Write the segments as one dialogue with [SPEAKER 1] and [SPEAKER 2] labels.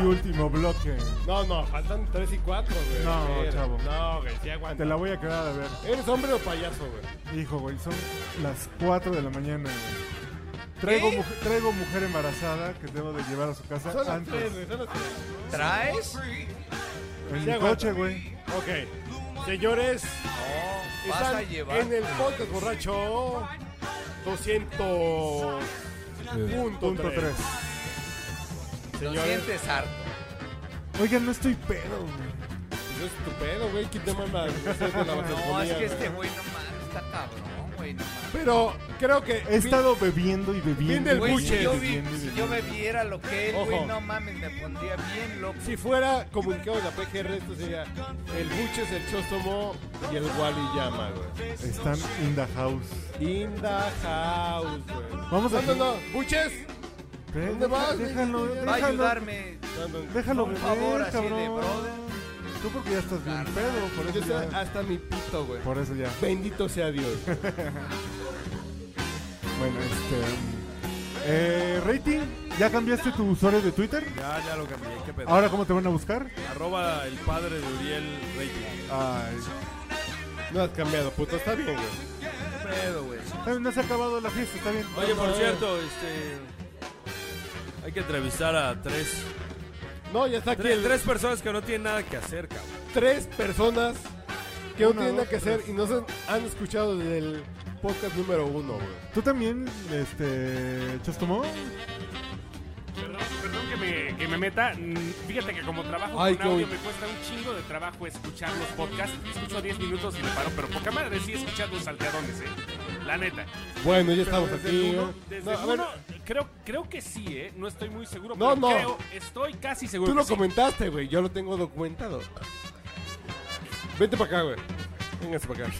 [SPEAKER 1] y último bloque.
[SPEAKER 2] No, no, faltan tres y cuatro, güey.
[SPEAKER 1] No,
[SPEAKER 2] Espera.
[SPEAKER 1] chavo.
[SPEAKER 2] No, güey, sí aguanta.
[SPEAKER 1] Te la voy a quedar a ver.
[SPEAKER 2] ¿Eres hombre o payaso, güey?
[SPEAKER 1] Hijo, güey, son las 4 de la mañana, güey. Traigo,
[SPEAKER 2] ¿Qué?
[SPEAKER 1] mujer- traigo mujer embarazada que debo de llevar a su casa
[SPEAKER 2] Son las tres,
[SPEAKER 1] antes.
[SPEAKER 2] güey, son las tres.
[SPEAKER 3] ¿Traes?
[SPEAKER 1] En
[SPEAKER 2] Sí,
[SPEAKER 1] mi
[SPEAKER 2] aguanta.
[SPEAKER 1] coche, güey.
[SPEAKER 2] Ok. Señores,
[SPEAKER 3] No, vas
[SPEAKER 2] están
[SPEAKER 3] a llevar.
[SPEAKER 2] en el podcast borracho 200. Punto
[SPEAKER 1] Punto 3.
[SPEAKER 2] tres.
[SPEAKER 3] Lo
[SPEAKER 2] Señores,
[SPEAKER 3] sientes harto.
[SPEAKER 1] Oigan, no estoy pedo, güey.
[SPEAKER 2] yo estupendo, güey. ¿Quién te manda?
[SPEAKER 3] No,
[SPEAKER 2] No,
[SPEAKER 3] es que este güey no mames, está cabrón, güey, no mames.
[SPEAKER 2] Pero creo que.
[SPEAKER 1] He estado bebiendo y
[SPEAKER 2] Fin
[SPEAKER 1] bebiendo.
[SPEAKER 2] del
[SPEAKER 1] y
[SPEAKER 3] Güey,
[SPEAKER 2] buche.
[SPEAKER 3] si yo,
[SPEAKER 1] bebiendo y
[SPEAKER 3] vi-
[SPEAKER 1] bebiendo y
[SPEAKER 3] si yo
[SPEAKER 1] bebiendo.
[SPEAKER 3] bebiera lo que él,
[SPEAKER 2] Ojo.
[SPEAKER 3] güey, no mames, me pondría bien loco.
[SPEAKER 2] Si fuera comunicado de la PGR, esto sería el Buches, el Chóstomo y el Wally Llama, güey.
[SPEAKER 1] Están in the house.
[SPEAKER 2] In the house, güey.
[SPEAKER 1] Vamos a-
[SPEAKER 2] No, no, no. ¿Buches?
[SPEAKER 1] Ve,
[SPEAKER 2] ¿Dónde vas?
[SPEAKER 1] Déjalo, déjalo.
[SPEAKER 3] Va a ayudarme.
[SPEAKER 2] No, no, no.
[SPEAKER 1] Déjalo
[SPEAKER 3] Por
[SPEAKER 1] beber,
[SPEAKER 3] favor, así de
[SPEAKER 1] cabrón.
[SPEAKER 3] brother.
[SPEAKER 1] Tú porque ya estás bien
[SPEAKER 3] Carnal. ah.
[SPEAKER 1] pedo, por
[SPEAKER 2] Yo
[SPEAKER 1] eso
[SPEAKER 2] estoy
[SPEAKER 1] ya.
[SPEAKER 2] hasta mi pito, güey.
[SPEAKER 1] Por eso ya.
[SPEAKER 2] Bendito sea Dios.
[SPEAKER 1] Bueno, este. Eh, rating, ¿ya cambiaste tu usuario de Twitter?
[SPEAKER 4] Ya, ya lo cambié, qué pedo.
[SPEAKER 1] ¿Ahora cómo te van a buscar?
[SPEAKER 4] Arroba el padre de Uriel Reyes.
[SPEAKER 1] Ay,
[SPEAKER 2] No has cambiado, puto. Está bien, güey.
[SPEAKER 3] Qué pedo, güey.
[SPEAKER 1] Ay, no se ha acabado la fiesta, está bien.
[SPEAKER 4] Oye, por
[SPEAKER 2] no.
[SPEAKER 4] cierto, este. Hay que entrevistar a tres.
[SPEAKER 2] No, ya está aquí.
[SPEAKER 4] Tres,
[SPEAKER 2] el-
[SPEAKER 4] tres personas que no tienen nada que hacer, cabrón.
[SPEAKER 2] tres personas que no
[SPEAKER 1] Uno,
[SPEAKER 2] tienen nada que
[SPEAKER 1] dos, tres.
[SPEAKER 2] hacer y nos han, han escuchado desde el podcast número uno, güey.
[SPEAKER 1] ¿Tú también, este. Chostomó?
[SPEAKER 5] Perdón, perdón que me, que me meta. Mm, Fíjate que como trabajo
[SPEAKER 2] Ay, qué
[SPEAKER 5] con audio
[SPEAKER 2] hoy-
[SPEAKER 5] me cuesta un chingo de trabajo escuchar los podcasts. Escucho 10 minutos y le paro, pero poca madre sí he escuchado los salteadones, eh. La neta.
[SPEAKER 2] Bueno, ya estamos
[SPEAKER 5] desde
[SPEAKER 2] aquí.
[SPEAKER 5] el uno-
[SPEAKER 2] güey.
[SPEAKER 5] desde
[SPEAKER 2] No, a
[SPEAKER 5] el
[SPEAKER 2] ver, eh.
[SPEAKER 5] uno, creo, creo que sí, eh. No estoy muy seguro,
[SPEAKER 2] No,
[SPEAKER 5] pero
[SPEAKER 2] no.
[SPEAKER 5] creo, estoy casi seguro
[SPEAKER 2] tú lo
[SPEAKER 5] que sí.
[SPEAKER 2] comentaste, güey. Yo lo tengo documentado. Vente para acá, güey. Véngase para acá.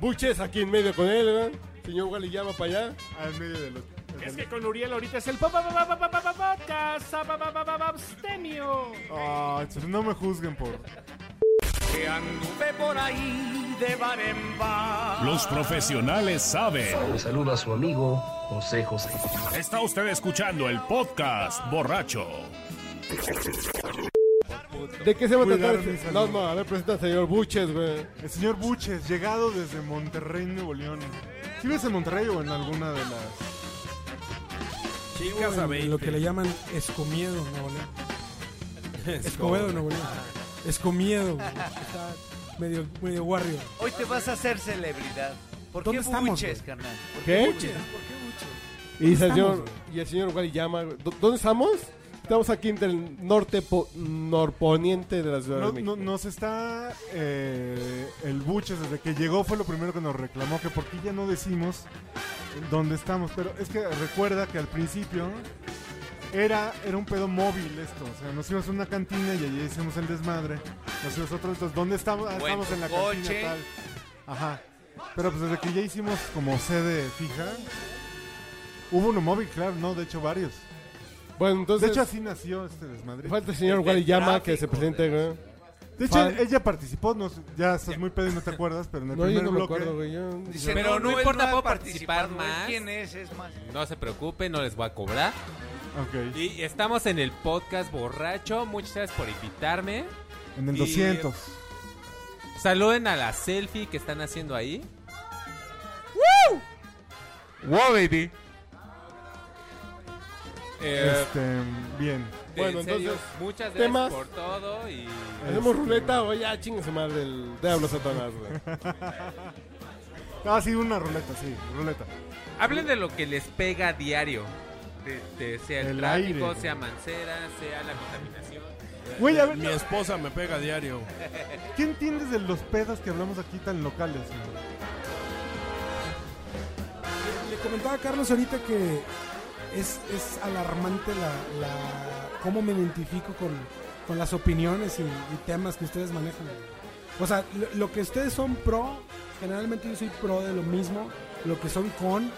[SPEAKER 2] Buches aquí en medio con él, güey. Señor Wally llama para allá.
[SPEAKER 1] Al Ah, medio de los.
[SPEAKER 5] Es que con Uriel ahorita es el pa- pa- pa- pa- pa- pa- pa- podcast, pa- pa- pa- pa- pa- pa- abstemio.
[SPEAKER 1] Ay, chos, Ah, no me juzguen por.
[SPEAKER 5] Que ando-
[SPEAKER 3] Ve por ahí de bar en bar.
[SPEAKER 6] Los profesionales saben.
[SPEAKER 7] Le saluda a su amigo José José.
[SPEAKER 6] Está usted escuchando el podcast borracho.
[SPEAKER 2] ¿De qué se va a
[SPEAKER 1] Cuidar
[SPEAKER 2] tratar?
[SPEAKER 1] mi
[SPEAKER 2] este- No,
[SPEAKER 1] salud.
[SPEAKER 2] no, a ver, presenta al señor Buches, güey.
[SPEAKER 1] El señor Buches, llegado desde Monterrey, Nuevo León. ¿Sí ves en Monterrey o en alguna de las.?
[SPEAKER 4] Chicas a 20.
[SPEAKER 8] Lo que le llaman escomiedo, Nuevo León. Escobedo, Nuevo León. Escomiedo. güey. Está medio, medio barrio.
[SPEAKER 3] Hoy te vas a hacer celebridad. ¿Por
[SPEAKER 8] ¿Dónde
[SPEAKER 3] qué
[SPEAKER 8] estamos,
[SPEAKER 3] buches,
[SPEAKER 8] güey?
[SPEAKER 3] carnal? ¿Por
[SPEAKER 2] ¿Qué?
[SPEAKER 3] buches?
[SPEAKER 2] Y el
[SPEAKER 8] estamos,
[SPEAKER 2] señor, y el señor Wally llama. güey. ¿Dó- ¿Dónde estamos? Estamos aquí entre el norte, po- norponiente de la ciudad
[SPEAKER 1] No,
[SPEAKER 2] de México.
[SPEAKER 1] no- nos está. eh, el Buches, desde que llegó, fue lo primero que nos reclamó. Que por qué ya no decimos dónde estamos. Pero es que recuerda que al principio. Era, era un pedo móvil esto, o sea, nos íbamos a una cantina y allí hicimos el desmadre. Nos íbamos a otro, entonces, ¿dónde estamos? Ah,
[SPEAKER 3] Bueno,
[SPEAKER 1] estamos en la
[SPEAKER 3] coche.
[SPEAKER 1] cantina tal. Ajá. Pero pues desde que ya hicimos como sede fija, hubo uno móvil, claro, no, de hecho varios.
[SPEAKER 2] Bueno,
[SPEAKER 1] De
[SPEAKER 2] entonces.
[SPEAKER 1] hecho, así nació este desmadre.
[SPEAKER 2] Falta el señor
[SPEAKER 3] Del
[SPEAKER 2] Wally Llama que se
[SPEAKER 3] tráfico, de
[SPEAKER 2] presente, güey.
[SPEAKER 1] De hecho,
[SPEAKER 2] Fal-
[SPEAKER 1] ella participó, no sé, ya estás muy pedo y no te acuerdas, pero en el
[SPEAKER 2] No, yo
[SPEAKER 1] primer
[SPEAKER 2] no me
[SPEAKER 1] bloque.
[SPEAKER 2] acuerdo, güey. yo-
[SPEAKER 3] Dice,
[SPEAKER 9] Pero no
[SPEAKER 3] él
[SPEAKER 9] importa,
[SPEAKER 3] ha
[SPEAKER 9] puedo participar
[SPEAKER 3] participado, él
[SPEAKER 9] más.
[SPEAKER 3] ¿Quién es? Es más.
[SPEAKER 9] No se preocupe, no les voy a cobrar.
[SPEAKER 1] Ok,
[SPEAKER 9] Y estamos en el podcast borracho. Muchas gracias por invitarme.
[SPEAKER 1] en el
[SPEAKER 9] Y-
[SPEAKER 1] 200.
[SPEAKER 9] Saluden a la selfie que están haciendo ahí.
[SPEAKER 3] Wow, baby.
[SPEAKER 9] Eh,
[SPEAKER 1] Este, bien.
[SPEAKER 2] Bueno,
[SPEAKER 9] en serio,
[SPEAKER 2] entonces,
[SPEAKER 9] muchas gracias
[SPEAKER 2] temas.
[SPEAKER 9] por todo y
[SPEAKER 2] ¿Hacemos ruleta o ya chingase mal del Diablo Satanás, güey?
[SPEAKER 1] Ah, sí, una ruleta, sí, ruleta.
[SPEAKER 9] hablen de lo que les pega a diario. De- de- sea el,
[SPEAKER 1] El
[SPEAKER 9] tráfico,
[SPEAKER 1] aire.
[SPEAKER 9] sea mancera, sea la contaminación.
[SPEAKER 1] Güey, a ver,
[SPEAKER 4] Mi esposa me pega a diario.
[SPEAKER 1] ¿qué entiendes de los pedos que hablamos aquí tan locales? güey?
[SPEAKER 8] Le comentaba a Carlos ahorita que es, es alarmante la, la- cómo me identifico con, con las opiniones y, y temas que ustedes manejan. O sea, lo, lo que ustedes son pro, generalmente yo soy pro de lo mismo. Lo que son con,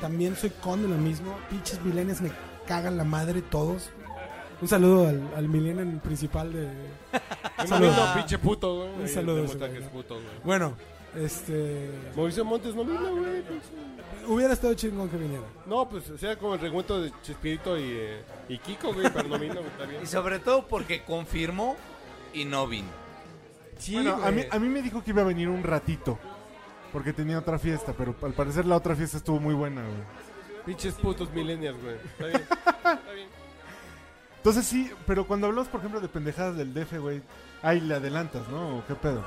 [SPEAKER 8] también soy con de lo mismo. Pinches milenios me cagan la madre todos. Un saludo al, al milenio principal de...
[SPEAKER 2] Un
[SPEAKER 8] Saludos.
[SPEAKER 2] saludo, pinche puto, güey.
[SPEAKER 8] Un saludo,
[SPEAKER 2] Te muestra
[SPEAKER 8] güey.
[SPEAKER 2] que es puto, güey.
[SPEAKER 8] Bueno, Este.
[SPEAKER 2] Mauricio Montes no vino, güey. pues,
[SPEAKER 8] Hubiera estado chingón que viniera.
[SPEAKER 2] No, pues sea como el recuento de Chespirito y, eh, y Kiko, güey, pero no vino, güey, está bien.
[SPEAKER 3] Y sobre todo porque confirmó y no vino.
[SPEAKER 2] Sí,
[SPEAKER 1] Bueno, a
[SPEAKER 2] güey.
[SPEAKER 1] mí, a mí me dijo que iba a venir un ratito. Porque tenía otra fiesta, pero al parecer la otra fiesta estuvo muy buena, güey.
[SPEAKER 2] Pinches putos millennials, güey. Está bien. Está bien.
[SPEAKER 1] Entonces sí, pero cuando hablamos, por ejemplo, de pendejadas del DF, güey, ahí le adelantas, ¿no? ¿O ¿Qué pedo?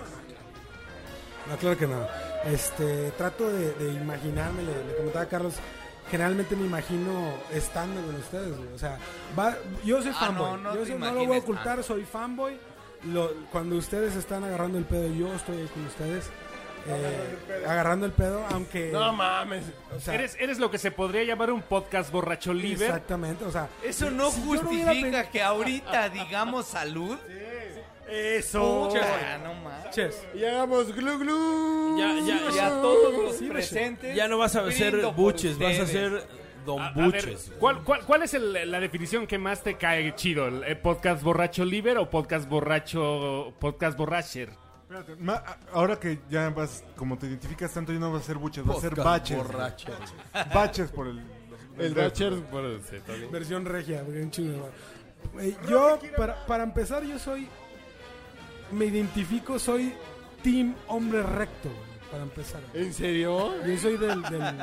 [SPEAKER 8] No, claro que no. Este, trato de, de imaginarme, le, le comentaba a Carlos, generalmente me imagino estando con ustedes, güey. O sea, va- yo soy
[SPEAKER 3] Ah,
[SPEAKER 8] fanboy.
[SPEAKER 3] no, no
[SPEAKER 8] yo
[SPEAKER 3] te
[SPEAKER 8] soy- no lo voy a
[SPEAKER 3] imagines Ah.
[SPEAKER 8] ocultar, soy fanboy. Lo- cuando ustedes están agarrando el pedo, yo estoy ahí con ustedes. eh, agarrando el pedo, aunque...
[SPEAKER 2] No mames.
[SPEAKER 8] o sea,
[SPEAKER 5] Eres, eres lo que se podría llamar un podcast borracho libre.
[SPEAKER 8] Exactamente, o sea...
[SPEAKER 3] Eso no
[SPEAKER 8] si yo hubiera
[SPEAKER 3] justifica que ahorita digamos salud.
[SPEAKER 5] Eso.
[SPEAKER 3] Ah, no más.
[SPEAKER 8] Ches.
[SPEAKER 2] Y hagamos glu glu.
[SPEAKER 4] Ya, ya,
[SPEAKER 3] Y a
[SPEAKER 4] ya.
[SPEAKER 3] todos los presentes.
[SPEAKER 4] Ya no vas a ser
[SPEAKER 3] brindo por
[SPEAKER 4] buches, vas a
[SPEAKER 3] ustedes.
[SPEAKER 4] ser don
[SPEAKER 5] A- a ver,
[SPEAKER 4] buches.
[SPEAKER 5] ¿cuál, cuál, cuál es el- la definición que más te cae chido? ¿El, el podcast borracho libre o podcast borracho. podcast borracher?
[SPEAKER 1] Espérate, ma- a- ahora que ya vas, como te identificas tanto, ya no vas a ser buches, vas a ser baches. güey. Baches por el...
[SPEAKER 2] El
[SPEAKER 1] DF.
[SPEAKER 2] Dachers, bueno, sí, está bien.
[SPEAKER 8] Versión regia, porque un chingo de madre. Eh, yo, para, para empezar, yo soy. Me identifico, soy Team Hombre Recto, güey, para empezar. güey.
[SPEAKER 2] ¿En serio?
[SPEAKER 8] Yo soy del, del,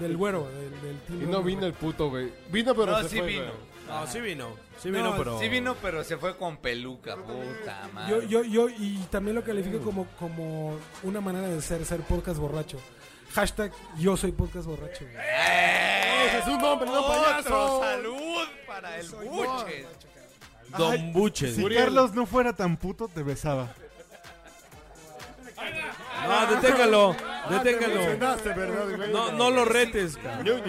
[SPEAKER 8] del güero, del, del Team
[SPEAKER 2] Y no
[SPEAKER 8] hombre
[SPEAKER 2] vino el
[SPEAKER 8] recto.
[SPEAKER 2] puto, güey. Vino, pero
[SPEAKER 3] No,
[SPEAKER 2] se
[SPEAKER 3] sí
[SPEAKER 2] fue,
[SPEAKER 3] vino.
[SPEAKER 2] güey.
[SPEAKER 4] No, sí vino. Sí
[SPEAKER 8] No,
[SPEAKER 4] vino, pero.
[SPEAKER 3] Sí vino, pero se fue con peluca, puta madre.
[SPEAKER 8] Yo, yo, yo, y también lo
[SPEAKER 2] Mm.
[SPEAKER 8] califico como, como una manera de ser, ser podcast borracho. Hashtag yo soy podcast borracho. güey.
[SPEAKER 2] ¡Ese es un hombre, no
[SPEAKER 3] Otro
[SPEAKER 2] payaso!
[SPEAKER 3] salud para el buches.
[SPEAKER 4] Don
[SPEAKER 1] Ay,
[SPEAKER 4] buches.
[SPEAKER 1] Si Carlos no fuera tan puto, te besaba.
[SPEAKER 4] No, deténgalo. Deténgalo.
[SPEAKER 2] Mencionaste, ¿verdad, güey?
[SPEAKER 4] No, no lo retes, cabrón.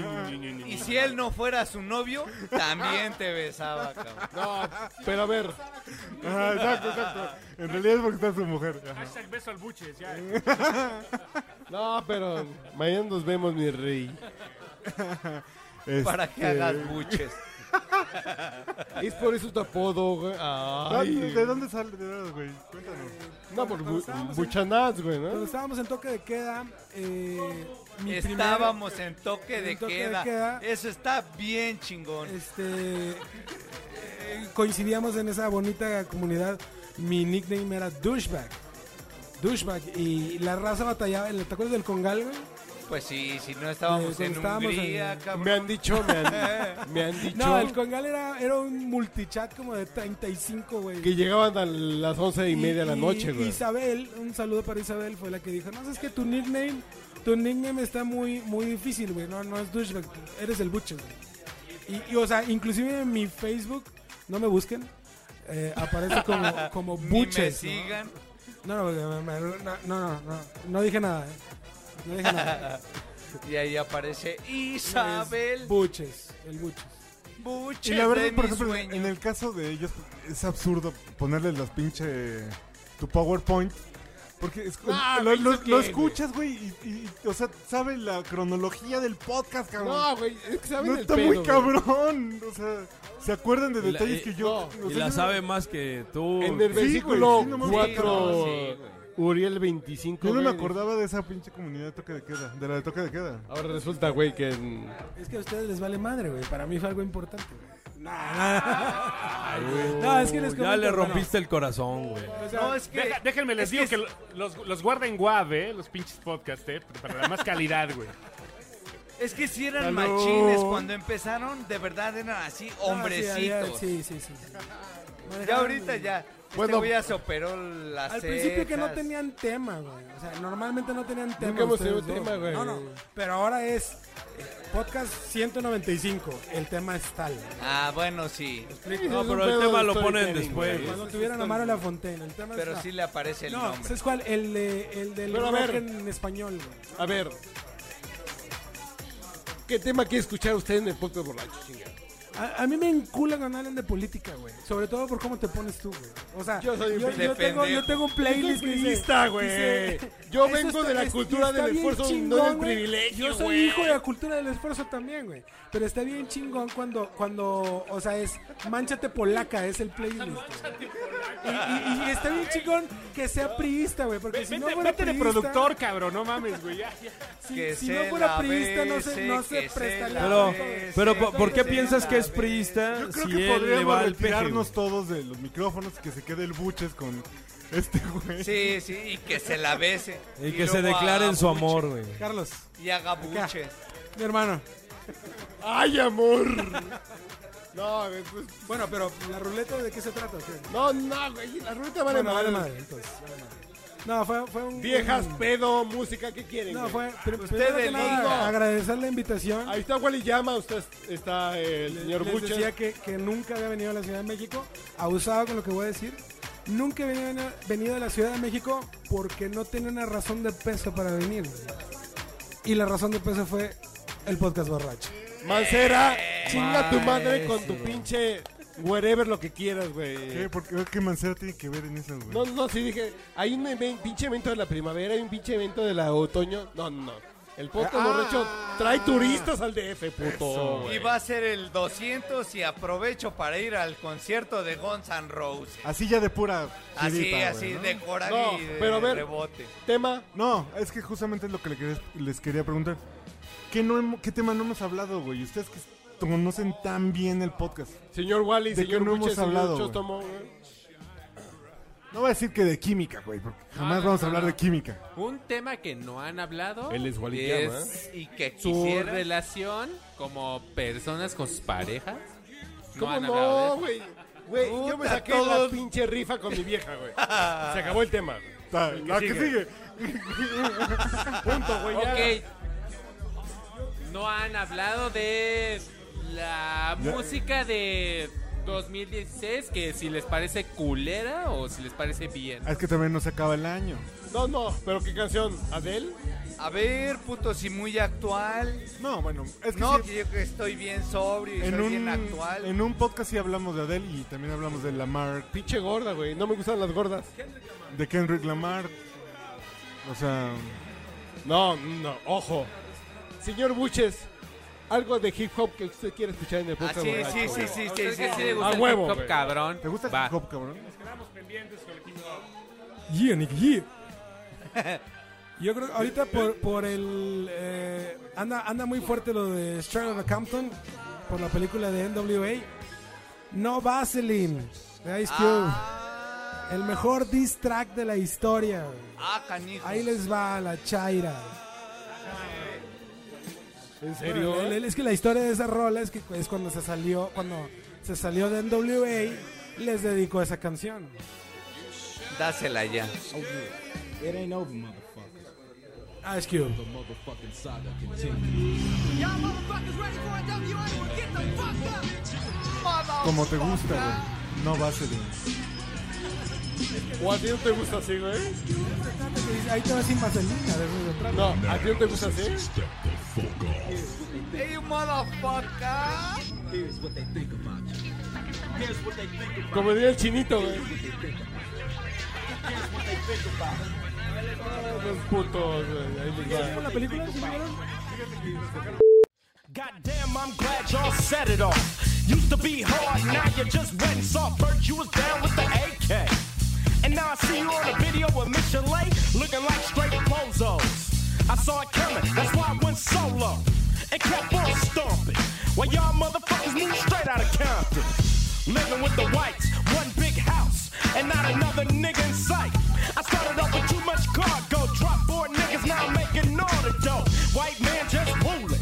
[SPEAKER 3] Y si él no fuera su novio, también te besaba, cabrón.
[SPEAKER 2] No, pero a ver.
[SPEAKER 1] Ajá, exacto, exacto. En realidad es porque está su mujer. Ajá.
[SPEAKER 5] Hashtag beso al buches, ya.
[SPEAKER 2] No, pero mañana nos vemos, mi rey.
[SPEAKER 1] Este,
[SPEAKER 3] Para que hagas buches.
[SPEAKER 2] Es por eso tu apodo, güey. Ay,
[SPEAKER 1] ¿dónde- ¿De dónde sale? ¿De dónde, güey? Cuéntanos.
[SPEAKER 2] No, por bu- buchanaz, güey,
[SPEAKER 8] Cuando
[SPEAKER 2] ¿no?
[SPEAKER 8] estábamos en toque de queda, eh, mi primer-
[SPEAKER 3] Estábamos en toque de
[SPEAKER 8] en toque de
[SPEAKER 3] queda.
[SPEAKER 8] queda.
[SPEAKER 3] Eso está bien chingón.
[SPEAKER 8] Este coincidíamos en esa bonita comunidad. Mi nickname era Douchebag. Douchebag. Y la raza batallaba. ¿Te acuerdas del Congal, güey?
[SPEAKER 3] Pues sí, si no estábamos
[SPEAKER 8] Eh,
[SPEAKER 3] en
[SPEAKER 8] estábamos
[SPEAKER 3] Hungría,
[SPEAKER 8] en-
[SPEAKER 2] Me
[SPEAKER 3] cabrón.
[SPEAKER 2] han dicho, me han, me han dicho
[SPEAKER 8] No, el Congal era, era un multichat como de 35, güey.
[SPEAKER 2] que llegaban a las once y media de la noche, güey.
[SPEAKER 8] Isabel, un saludo para Isabel, fue la que dijo, no, es que tu nickname, tu nickname está muy, muy difícil, güey, no, no es douchebag, eres el buche, güey. Y, y, o sea, inclusive en mi Facebook, no me busquen, eh, aparece como, como
[SPEAKER 3] Ni
[SPEAKER 8] buches.
[SPEAKER 3] me
[SPEAKER 8] ¿no?
[SPEAKER 3] sigan.
[SPEAKER 8] No, no, no, no, no, no, no, no dije nada. eh. No dije nada.
[SPEAKER 3] Y ahí aparece Isabel
[SPEAKER 8] Buches, el buches.
[SPEAKER 1] Y
[SPEAKER 3] Buches
[SPEAKER 1] la verdad,
[SPEAKER 3] de
[SPEAKER 1] por
[SPEAKER 3] mis
[SPEAKER 1] ejemplo,
[SPEAKER 3] sueños.
[SPEAKER 1] en el caso de ellos, es absurdo ponerles las pinche. tu PowerPoint. Porque es-
[SPEAKER 2] Ah,
[SPEAKER 1] lo,
[SPEAKER 2] ¿eso
[SPEAKER 1] lo-
[SPEAKER 2] qué,
[SPEAKER 1] lo
[SPEAKER 2] güey?
[SPEAKER 1] escuchas, güey, y, y- y, o sea, sabe la cronología del podcast, cabrón.
[SPEAKER 2] No, güey, es que saben
[SPEAKER 1] No
[SPEAKER 2] el
[SPEAKER 1] está
[SPEAKER 2] pedo,
[SPEAKER 1] muy
[SPEAKER 2] güey.
[SPEAKER 1] cabrón. O sea, se acuerdan de
[SPEAKER 4] Y la-
[SPEAKER 1] detalles
[SPEAKER 4] y-
[SPEAKER 1] que yo.
[SPEAKER 2] no,
[SPEAKER 1] o
[SPEAKER 4] Y
[SPEAKER 1] sea,
[SPEAKER 4] la
[SPEAKER 1] yo-
[SPEAKER 4] sabe más que tú.
[SPEAKER 2] En el
[SPEAKER 1] Sí, güey,
[SPEAKER 2] versículo
[SPEAKER 1] sí, no mames.
[SPEAKER 2] 4,
[SPEAKER 3] Sí, no, sí,
[SPEAKER 2] Uriel 25.
[SPEAKER 1] Yo no me
[SPEAKER 2] güey.
[SPEAKER 1] acordaba de esa pinche comunidad de toque de queda. De la de toque de queda.
[SPEAKER 2] Ahora resulta, güey, que en...
[SPEAKER 8] Es que a ustedes les vale madre, güey, para mí fue algo importante, güey. No, es que les
[SPEAKER 4] Ya
[SPEAKER 8] comento,
[SPEAKER 4] le
[SPEAKER 8] bueno,
[SPEAKER 4] rompiste el corazón, güey.
[SPEAKER 8] o sea,
[SPEAKER 3] No, es que
[SPEAKER 5] Deja- déjenme les digo que, lo- los, los guarda en Guav, eh, los pinches podcasts, eh, para la más calidad, güey.
[SPEAKER 3] Es que si eran machines cuando empezaron, de verdad eran así, hombrecitos.
[SPEAKER 8] Ah, sí, sí, sí, sí. No
[SPEAKER 3] Ya
[SPEAKER 8] dejaban-
[SPEAKER 3] ahorita ya.
[SPEAKER 2] Bueno,
[SPEAKER 3] este güey ya se operó las
[SPEAKER 8] Al principio que no
[SPEAKER 3] cejas.
[SPEAKER 8] tenían tema, güey. O sea, normalmente no tenían tema.
[SPEAKER 2] Nunca hemos
[SPEAKER 8] ustedes
[SPEAKER 2] tenido
[SPEAKER 8] dos,
[SPEAKER 2] tema, güey.
[SPEAKER 8] No, no. Pero ahora es eh, podcast 195. El tema es tal. güey.
[SPEAKER 3] Ah, bueno, sí.
[SPEAKER 4] No,
[SPEAKER 2] es un
[SPEAKER 4] pero el
[SPEAKER 2] pedo
[SPEAKER 4] tema
[SPEAKER 2] de
[SPEAKER 4] lo ponen
[SPEAKER 2] storytelling,
[SPEAKER 4] después.
[SPEAKER 8] Cuando tuvieran a Mario La Fontaine, el tema es
[SPEAKER 3] Pero
[SPEAKER 8] tal.
[SPEAKER 3] sí le aparece el
[SPEAKER 8] No, pues
[SPEAKER 3] nombre.
[SPEAKER 8] ¿sabes cuál? El, de- el del
[SPEAKER 2] Pero a ver.
[SPEAKER 8] rock en español, güey.
[SPEAKER 2] A ver. ¿Qué tema quiere escuchar usted en el podcast borracho, chingada?
[SPEAKER 8] A, a mí me encula cuando hablan de política, güey. Sobre todo por cómo te pones tú, güey. O sea,
[SPEAKER 2] Yo soy un
[SPEAKER 8] yo,
[SPEAKER 2] pinche
[SPEAKER 8] yo tengo, yo
[SPEAKER 3] pendejo.
[SPEAKER 8] tengo un playlist que dice...
[SPEAKER 2] Lista, güey.
[SPEAKER 8] dice-
[SPEAKER 2] Yo
[SPEAKER 8] Eso
[SPEAKER 2] vengo
[SPEAKER 8] está-
[SPEAKER 2] de la
[SPEAKER 8] es-
[SPEAKER 2] cultura
[SPEAKER 8] está
[SPEAKER 2] del
[SPEAKER 8] bien
[SPEAKER 2] esfuerzo, no
[SPEAKER 8] chingón,
[SPEAKER 2] del
[SPEAKER 8] güey.
[SPEAKER 2] privilegio.
[SPEAKER 8] Yo soy
[SPEAKER 2] güey.
[SPEAKER 8] hijo de la cultura del esfuerzo también, güey. Pero está bien chingón cuando, cuando, o sea, es manchate polaca, es el playlist. güey. Y, y- y está bien chingón que sea priista, güey. Porque
[SPEAKER 5] Ve-
[SPEAKER 8] si
[SPEAKER 5] vete,
[SPEAKER 8] no fuera
[SPEAKER 5] vete de
[SPEAKER 8] priista,
[SPEAKER 5] productor, cabrón, no mames, güey. ya, ya.
[SPEAKER 8] Si,
[SPEAKER 3] Que
[SPEAKER 8] si no
[SPEAKER 3] se
[SPEAKER 8] fuera
[SPEAKER 3] la
[SPEAKER 8] priista, no se,
[SPEAKER 3] bese,
[SPEAKER 2] eh,
[SPEAKER 8] no se
[SPEAKER 3] que se
[SPEAKER 8] presta
[SPEAKER 3] la
[SPEAKER 4] Pero,
[SPEAKER 3] bese,
[SPEAKER 4] pero
[SPEAKER 3] que
[SPEAKER 4] ¿por- ¿por qué
[SPEAKER 3] se
[SPEAKER 4] piensas
[SPEAKER 3] la
[SPEAKER 4] que es
[SPEAKER 3] bese.
[SPEAKER 4] priista
[SPEAKER 1] Yo creo
[SPEAKER 4] si
[SPEAKER 1] que
[SPEAKER 4] él le va
[SPEAKER 1] podríamos
[SPEAKER 4] al peje?
[SPEAKER 1] retirarnos
[SPEAKER 4] güey?
[SPEAKER 1] todos de los micrófonos y que se quede el buches con este güey.
[SPEAKER 3] Sí, sí, y que se la bese.
[SPEAKER 4] Y que se
[SPEAKER 3] luego
[SPEAKER 4] declaren su
[SPEAKER 3] agabuche,
[SPEAKER 4] amor, güey.
[SPEAKER 8] Carlos,
[SPEAKER 3] Y agabuches.
[SPEAKER 8] mi hermano.
[SPEAKER 2] ¡Ay, amor! No, güey, pues,
[SPEAKER 8] Bueno, pero ¿la ruleta de qué se trata? o qué?
[SPEAKER 2] no, no, güey, la ruta vale
[SPEAKER 8] Bueno, vale
[SPEAKER 2] madre.
[SPEAKER 8] madre, entonces. vale madre. No, fue, fue un...
[SPEAKER 2] Viejas,
[SPEAKER 8] un-
[SPEAKER 2] pedo, música, ¿qué quieren?
[SPEAKER 8] No,
[SPEAKER 2] güey?
[SPEAKER 8] fue... Pero,
[SPEAKER 3] Usted
[SPEAKER 8] primero que
[SPEAKER 3] del
[SPEAKER 8] nada,
[SPEAKER 3] mundo.
[SPEAKER 8] agradecer la invitación.
[SPEAKER 2] Ahí está Wally Llama, usted está eh, el
[SPEAKER 8] Le-
[SPEAKER 2] señor
[SPEAKER 8] les
[SPEAKER 2] Buches.
[SPEAKER 8] decía que, que nunca había venido a la Ciudad de México. Abusado con lo que voy a decir. Nunca había venido- venido a la Ciudad de México porque no tenía una razón de peso para venir. Y la razón de peso fue el podcast borracho.
[SPEAKER 2] Mancera,
[SPEAKER 1] Eh,
[SPEAKER 2] chinga tu madre
[SPEAKER 4] Ay,
[SPEAKER 2] con
[SPEAKER 4] sí,
[SPEAKER 2] tu
[SPEAKER 4] güey.
[SPEAKER 2] pinche wherever lo que quieras, güey.
[SPEAKER 1] ¿Qué? ¿Por qué? ¿Qué Mancera tiene que ver en esas, güey?
[SPEAKER 2] No, no, sí dije, hay un even- pinche evento de la primavera, hay un pinche evento de la otoño. No, no, no. El podcast
[SPEAKER 1] Ah.
[SPEAKER 2] borracho trae turistas al DF, puto.
[SPEAKER 3] Y
[SPEAKER 2] güey.
[SPEAKER 3] va a ser el 200 y aprovecho para ir al concierto de Guns N' Roses.
[SPEAKER 1] Así ya de pura
[SPEAKER 3] Así,
[SPEAKER 1] jirita, güey,
[SPEAKER 3] así,
[SPEAKER 1] ¿no?
[SPEAKER 3] de coral
[SPEAKER 2] No,
[SPEAKER 3] y de,
[SPEAKER 2] pero a ver.
[SPEAKER 3] rebote.
[SPEAKER 2] Tema,
[SPEAKER 1] No, es que justamente es lo que le quería- les quería preguntar. ¿Qué, no hemo- qué tema no hemos hablado, güey? Ustedes que conocen tan bien el podcast.
[SPEAKER 2] señor Wally,
[SPEAKER 1] ¿De qué
[SPEAKER 2] señor
[SPEAKER 1] no hemos
[SPEAKER 2] Buches,
[SPEAKER 1] hablado,
[SPEAKER 2] señor
[SPEAKER 1] güey?
[SPEAKER 2] Chostomo, güey.
[SPEAKER 1] No voy a decir que de química, güey, porque jamás
[SPEAKER 9] no,
[SPEAKER 1] vamos a
[SPEAKER 9] no,
[SPEAKER 1] hablar
[SPEAKER 9] no.
[SPEAKER 1] de química.
[SPEAKER 9] Un tema que no han hablado
[SPEAKER 2] Él es ¿eh? Wally
[SPEAKER 9] es
[SPEAKER 3] Y que
[SPEAKER 9] su
[SPEAKER 3] quisiera...
[SPEAKER 9] relación como personas con sus parejas. No
[SPEAKER 2] ¿Cómo
[SPEAKER 9] han hablado
[SPEAKER 2] no,
[SPEAKER 9] de eso.
[SPEAKER 2] güey? Güey, yo me
[SPEAKER 3] Puta,
[SPEAKER 2] saqué la
[SPEAKER 3] todos-
[SPEAKER 2] pinche rifa con mi vieja, güey. Se acabó el tema. güey.
[SPEAKER 1] Ta- La que sigue.
[SPEAKER 2] Punto, güey. ya.
[SPEAKER 9] Ok. No han hablado de la
[SPEAKER 1] Ya.
[SPEAKER 9] música de 2016, que si les parece culera o si les parece bien.
[SPEAKER 1] Ah, Es que también no se acaba el año.
[SPEAKER 2] No, no, pero ¿qué canción? ¿Adel?
[SPEAKER 3] A ver, puto, si muy actual.
[SPEAKER 1] No, bueno, es que
[SPEAKER 3] no,
[SPEAKER 1] sí,
[SPEAKER 3] que yo que estoy bien sobrio y
[SPEAKER 1] en,
[SPEAKER 3] soy bien
[SPEAKER 1] un,
[SPEAKER 3] actual.
[SPEAKER 1] en un podcast sí hablamos de Adele y también hablamos de Lamar,
[SPEAKER 2] Pinche gorda, güey. No me gustan las gordas.
[SPEAKER 1] de Kendrick Lamar. O sea,
[SPEAKER 2] No, no, ojo. Señor Buches, algo de hip hop que usted quiere escuchar en el
[SPEAKER 3] Ah,
[SPEAKER 2] podcast.
[SPEAKER 3] sí,
[SPEAKER 2] borracho.
[SPEAKER 3] sí, sí, sí,
[SPEAKER 9] ¿A
[SPEAKER 3] sí,
[SPEAKER 9] ustedes
[SPEAKER 3] sí,
[SPEAKER 9] que sí
[SPEAKER 3] sí.
[SPEAKER 9] les gusta
[SPEAKER 2] A
[SPEAKER 9] el
[SPEAKER 2] huevo,
[SPEAKER 9] hip hop,
[SPEAKER 2] güey.
[SPEAKER 9] cabrón?
[SPEAKER 1] ¿te gusta el
[SPEAKER 9] Va.
[SPEAKER 1] hip hop, cabrón?
[SPEAKER 8] Yeah, Nick, yeah. Yo creo que ahorita por, por el... eh, anda, anda muy fuerte lo de Straight Outta Compton por la película de NWA. No Vaseline de Ice Cube.
[SPEAKER 3] Ah,
[SPEAKER 8] El mejor diss track de la historia. güey.
[SPEAKER 3] Ah, canijo.
[SPEAKER 8] Ahí les va la chaira.
[SPEAKER 2] ¿En serio?
[SPEAKER 8] Bueno, el- el- es que la historia de esa rola es que es cuando se salió, cuando se salió de NWA, les dedicó esa canción.
[SPEAKER 3] Dásela ya.
[SPEAKER 8] Ice Cube.
[SPEAKER 1] Como te gusta, güey. No va a ser.
[SPEAKER 2] ¿O a ti no te gusta así, güey?
[SPEAKER 8] Ahí te vas sin vaselina. de eso se trata.
[SPEAKER 2] No, ¿a ti no te gusta así?
[SPEAKER 3] Hey, you motherfucker.
[SPEAKER 2] Como diría el chinito, güey. Ah, Los putos, güey. Ahí les va.
[SPEAKER 8] ¿La película? ¿Sí la vieron?
[SPEAKER 10] Goddamn, I'm glad y'all said it all. Used to be hard, now you just wet and soft. First you was down with the AK. And now I see you on a video with Michelet, looking like straight bozos. I saw it coming, that's why I went solo. And kept on stomping. While y'all motherfuckers moved straight out of Compton. Living with the whites, one big house, and not another nigga in sight. I started off with too much cargo, drop board niggas now making all the dough. White man just ruling.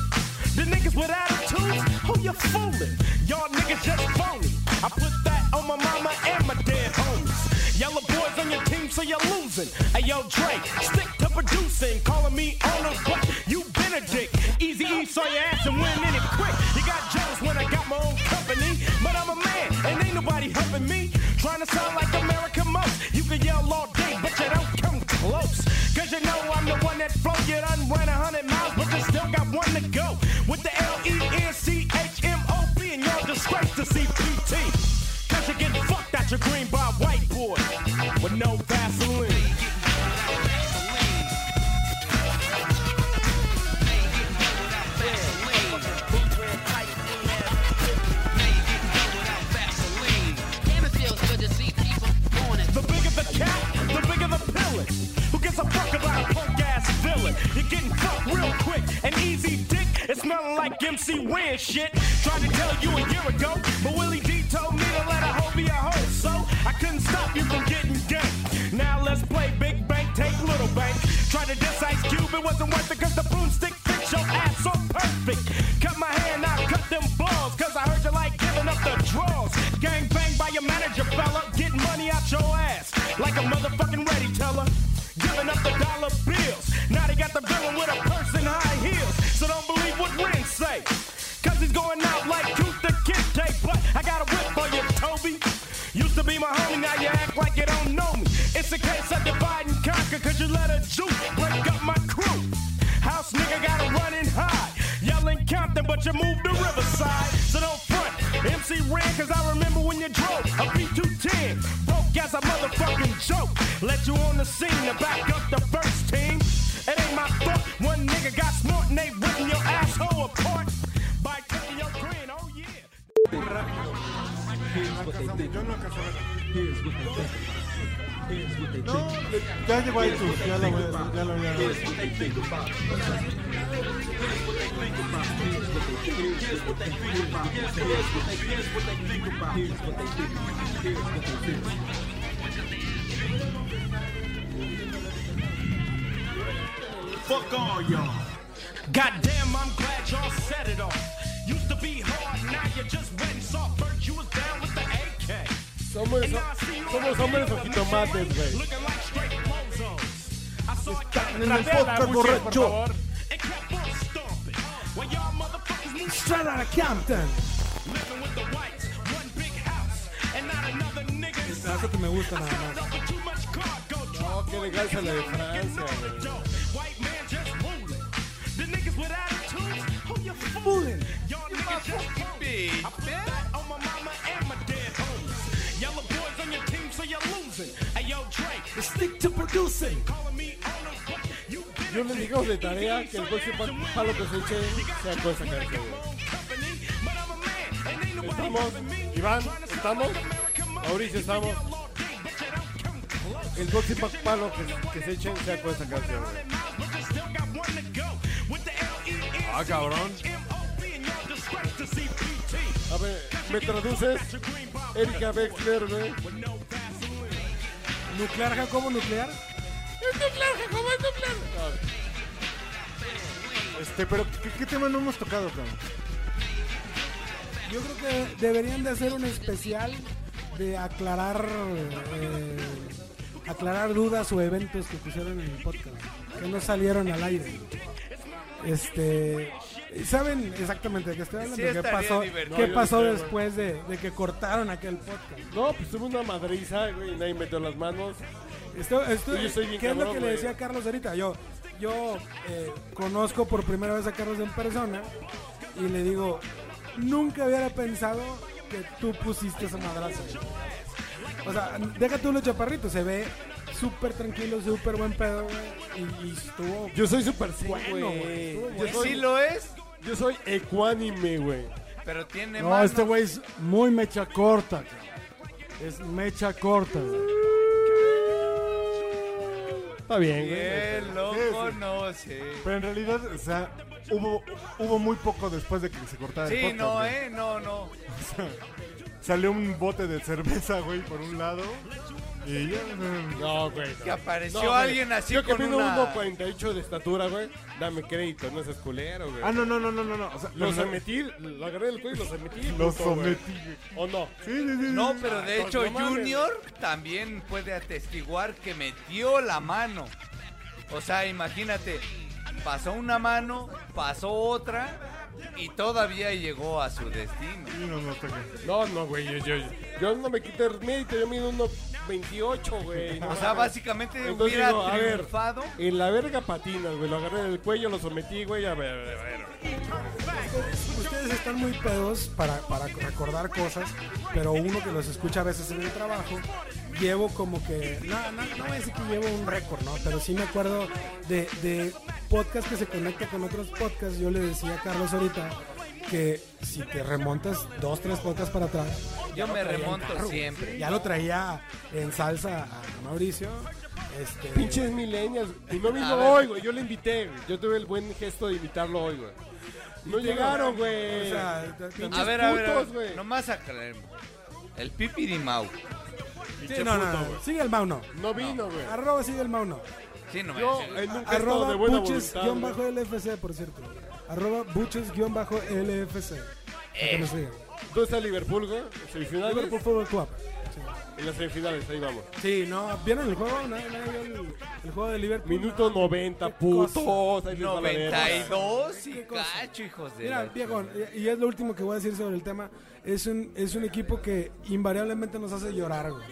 [SPEAKER 10] The niggas with attitudes, who you fooling? Y'all niggas just phony. I put that on my mama and my dead homies. Yellow boys on your team, so you're losing. Hey, yo, Drake, stick to producing. Calling me on a butt, you been a dick. Easy E saw your ass and went in it quick. You got jealous when I got my own company, but I'm a man and ain't nobody helping me. Trying to sound like America most. You can yell all day, but you don't come close. Cause you know I'm the one that float. You done ran a hundred miles, but you still got one to go. With the E L-E-N-C-H-M-O-B and y'all disgrace to CPT. Cause you get fucked out your green by a white boy with no Vaseline.
[SPEAKER 11] Damn, it feels good to see people.
[SPEAKER 10] smelling like MC Win shit. Tried to tell you a year ago, but Willie D told me to let a hoe be a hoe, so I couldn't stop you from getting ganked. Now let's play Big Bank, take Little Bank. Tried to diss Ice Cube, it wasn't worth it, cause the broomstick fits your ass so perfect. Cut my hand, I cut them balls, cause I heard you like giving up the draws. Gang banged by your manager, fella. Get money out your ass, like a motherfucking ready teller. Giving up the dollar bills. Now they got the villain with a purse and high heels. So don't believe what Ren say. Cause he's going out like Tooth the Kid Tape. But I got a whip for you, Toby. Used to be my homie, now you act like you don't know me. It's a case of divide and conquer, cause you let a juke break up my crew. House nigga gotta run and hide. Yelling Compton, but you moved to Riverside. So don't front. MC Red, cause I remember when you drove a B210. Broke as a motherfucking joke. Let you on the scene to back up the first team. It ain't my fault. One nigga got smart and they ripping your asshole apart by taking your grin. Oh yeah.
[SPEAKER 1] Yo no alcancé a ver. No, ya llegó iTunes, ya la voy a ya la voy a
[SPEAKER 10] Fuck all y'all. Goddamn, I'm glad y'all said it all. Used to be hard, now you just went and saw Bert. You was down with the AK.
[SPEAKER 2] Somos, somos hombres ojitomates, güey.
[SPEAKER 10] Looking like straight bozos. I saw a cat
[SPEAKER 2] En el podcast borracho.
[SPEAKER 10] and kept on stomping. When y'all motherfuckers move
[SPEAKER 8] Straight out of Compton.
[SPEAKER 10] living with the whites. One big house and not another nigga
[SPEAKER 8] La
[SPEAKER 10] inside.
[SPEAKER 8] verdad que me gusta nada más.
[SPEAKER 10] Over too much cargo.
[SPEAKER 2] No, qué legal es la de Francia, güey.
[SPEAKER 10] White man just ruling. The niggas with attitudes, who you fooling? Y'all niggas just fooling. I put that on my mama and my dead homies. Yellow boys on your team, so you're losing. Hey, yo, Drake, stick to producing. Calling me on the book, you been
[SPEAKER 2] Yo les digo de tarea que el próximo palo que se eche sea con esa canción. Estamos, Iván, estamos, Mauricio, estamos. El próximo palo que, que se echen sea con esa canción. güey.
[SPEAKER 4] Ah, cabrón.
[SPEAKER 2] A ver, ¿me traduces? Erika Bexler, güey.
[SPEAKER 8] Nuclear, Jacobo, nuclear.
[SPEAKER 1] Este, pero ¿qué, qué tema no hemos tocado, cabrón?
[SPEAKER 8] Yo creo que deberían de hacer un especial de aclarar eh, aclarar dudas o eventos que pusieron en el podcast que no salieron al aire. Este saben exactamente de qué estoy hablando,
[SPEAKER 3] Sí,
[SPEAKER 8] qué
[SPEAKER 3] estaría
[SPEAKER 8] pasó,
[SPEAKER 3] divertido.
[SPEAKER 8] qué
[SPEAKER 2] No, yo
[SPEAKER 8] pasó
[SPEAKER 2] creo.
[SPEAKER 8] después de, de que cortaron aquel podcast.
[SPEAKER 2] No, pues tuve una madriza, güey, y nadie metió las manos.
[SPEAKER 8] Esto, esto-
[SPEAKER 2] Yo soy bien
[SPEAKER 8] ¿Qué es lo
[SPEAKER 2] cabrón,
[SPEAKER 8] que le
[SPEAKER 2] güey.
[SPEAKER 8] decía a Carlos ahorita? Yo, yo eh, conozco por primera vez a Carlos en persona y le digo, nunca hubiera pensado que tú pusiste esa madraza. güey". O sea, deja tú los chaparritos, se ve súper tranquilo, súper buen pedo, güey, y, y estuvo...
[SPEAKER 2] Yo soy super zen,
[SPEAKER 8] Bueno,
[SPEAKER 2] güey.
[SPEAKER 8] güey, estuvo
[SPEAKER 2] Yo
[SPEAKER 8] bueno.
[SPEAKER 3] Pues Sí
[SPEAKER 2] soy,
[SPEAKER 3] lo es,
[SPEAKER 2] yo soy ecuánime, güey.
[SPEAKER 3] pero tiene
[SPEAKER 11] No,
[SPEAKER 3] mano.
[SPEAKER 11] este güey es muy mecha corta. cabrón. Es mecha corta. güey.
[SPEAKER 2] Está bien, güey.
[SPEAKER 3] Él lo
[SPEAKER 1] Sí, sí.
[SPEAKER 3] conoce.
[SPEAKER 1] Pero en realidad, o sea, hubo, hubo muy poco después de que se cortara el
[SPEAKER 3] Sí,
[SPEAKER 1] podcast.
[SPEAKER 3] no,
[SPEAKER 1] güey.
[SPEAKER 3] eh, no, no.
[SPEAKER 1] Salió un bote de cerveza, güey, por un lado. Y ya. eh,
[SPEAKER 2] No, güey.
[SPEAKER 3] Que
[SPEAKER 2] no.
[SPEAKER 3] apareció
[SPEAKER 2] No, güey.
[SPEAKER 3] alguien así
[SPEAKER 2] Yo que
[SPEAKER 3] con
[SPEAKER 2] mido
[SPEAKER 3] una...
[SPEAKER 2] 1.48 de estatura, güey. Dame crédito, no seas culero, güey.
[SPEAKER 1] Ah, no, no, no, no, no. no. O sea,
[SPEAKER 2] Lo
[SPEAKER 1] pero-
[SPEAKER 2] sometí, lo agarré del cuello y lo sometí.
[SPEAKER 1] Lo
[SPEAKER 2] puto, güey.
[SPEAKER 1] sometí.
[SPEAKER 2] ¿O no?
[SPEAKER 1] Sí, sí, sí, sí.
[SPEAKER 3] No, pero de hecho
[SPEAKER 2] No mames.
[SPEAKER 3] Junior también puede atestiguar que metió la mano. O sea, imagínate, pasó una mano, pasó otra y todavía llegó a su destino.
[SPEAKER 1] Sí, no, no, está bien.
[SPEAKER 2] No, no, güey. Yo, yo, yo no me quité el mérito, yo mido 1.28, güey. no
[SPEAKER 3] O sea,
[SPEAKER 2] mames.
[SPEAKER 3] básicamente
[SPEAKER 2] Entonces
[SPEAKER 3] hubiera
[SPEAKER 2] digo, a ver,
[SPEAKER 3] triunfado.
[SPEAKER 2] En la verga patinas, güey. Lo agarré del cuello, lo sometí, güey. A ver, a ver, a ver.
[SPEAKER 8] Ustedes están muy pedos para, para recordar cosas, pero uno que los escucha a veces en el trabajo, llevo como que, no, no, no voy a decir que llevo un récord, ¿no? Pero sí me acuerdo de, de podcast que se conecta con otros podcasts. Yo le decía a Carlos ahorita que si te remontas dos, tres podcasts para atrás,
[SPEAKER 3] Yo me
[SPEAKER 8] traía en
[SPEAKER 3] remonto
[SPEAKER 8] carro, güey.
[SPEAKER 3] siempre.
[SPEAKER 8] Ya lo traía en salsa a Mauricio. Este,
[SPEAKER 2] Pinches milenias. Y no vino
[SPEAKER 3] A ver.
[SPEAKER 2] hoy, güey. Yo le invité, güey. Yo tuve el buen gesto de invitarlo hoy, güey. No llegaron, güey.
[SPEAKER 8] O sea,
[SPEAKER 3] A ver, a ver, a ver, nomás aclaremos. El pipi de Mau.
[SPEAKER 8] Sí, no, no, no. Sigue el Mau no.
[SPEAKER 2] No vino, güey.
[SPEAKER 8] Arroba sigue el Mau no.
[SPEAKER 3] Sí, no
[SPEAKER 2] Yo,
[SPEAKER 3] me-
[SPEAKER 2] él nunca ha estado
[SPEAKER 8] Arroba
[SPEAKER 2] de buena
[SPEAKER 8] buches
[SPEAKER 2] voluntad,
[SPEAKER 8] guión
[SPEAKER 2] güey.
[SPEAKER 8] bajo LFC, por cierto. Arroba buches guión bajo LFC. Para
[SPEAKER 3] Eh.
[SPEAKER 8] que nos sigan.
[SPEAKER 2] ¿Dónde está Liverpool, güey? ¿En ¿Semifinales?
[SPEAKER 8] Liverpool Football Club.
[SPEAKER 2] En las semifinales, ahí vamos.
[SPEAKER 8] Sí, no, ¿vieron el juego? No, no, vio el, el juego de Liverpool.
[SPEAKER 2] Minuto 90, putos. Ahí les va la verga.
[SPEAKER 3] 92 y cacho, hijos de
[SPEAKER 8] Mira,
[SPEAKER 3] la-
[SPEAKER 8] Diego, y y es lo último que voy a decir sobre el tema. Es un, es un equipo que invariablemente nos hace llorar, güey.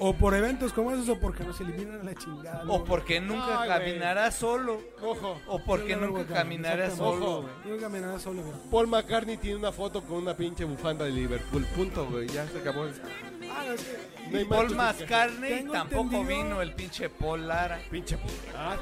[SPEAKER 8] O por eventos como esos, o porque nos eliminan a la chingada.
[SPEAKER 3] O porque nunca
[SPEAKER 8] Ay, güey.
[SPEAKER 3] caminará solo.
[SPEAKER 2] Ojo.
[SPEAKER 3] O porque
[SPEAKER 8] Yo lo
[SPEAKER 3] nunca
[SPEAKER 8] hago,
[SPEAKER 3] caminará
[SPEAKER 8] exactamente.
[SPEAKER 3] solo.
[SPEAKER 8] Ojo. Nunca caminará solo, güey.
[SPEAKER 2] Paul McCartney tiene una foto con una pinche bufanda de Liverpool. Punto, güey. Ya se acabó.
[SPEAKER 8] Ah, no, es que-
[SPEAKER 2] No hay
[SPEAKER 3] Y Paul
[SPEAKER 2] más
[SPEAKER 3] Mascarney
[SPEAKER 8] Tengo
[SPEAKER 3] tampoco
[SPEAKER 8] entendido-
[SPEAKER 3] vino el pinche Paul Lara.
[SPEAKER 2] Pinche puta. Ah,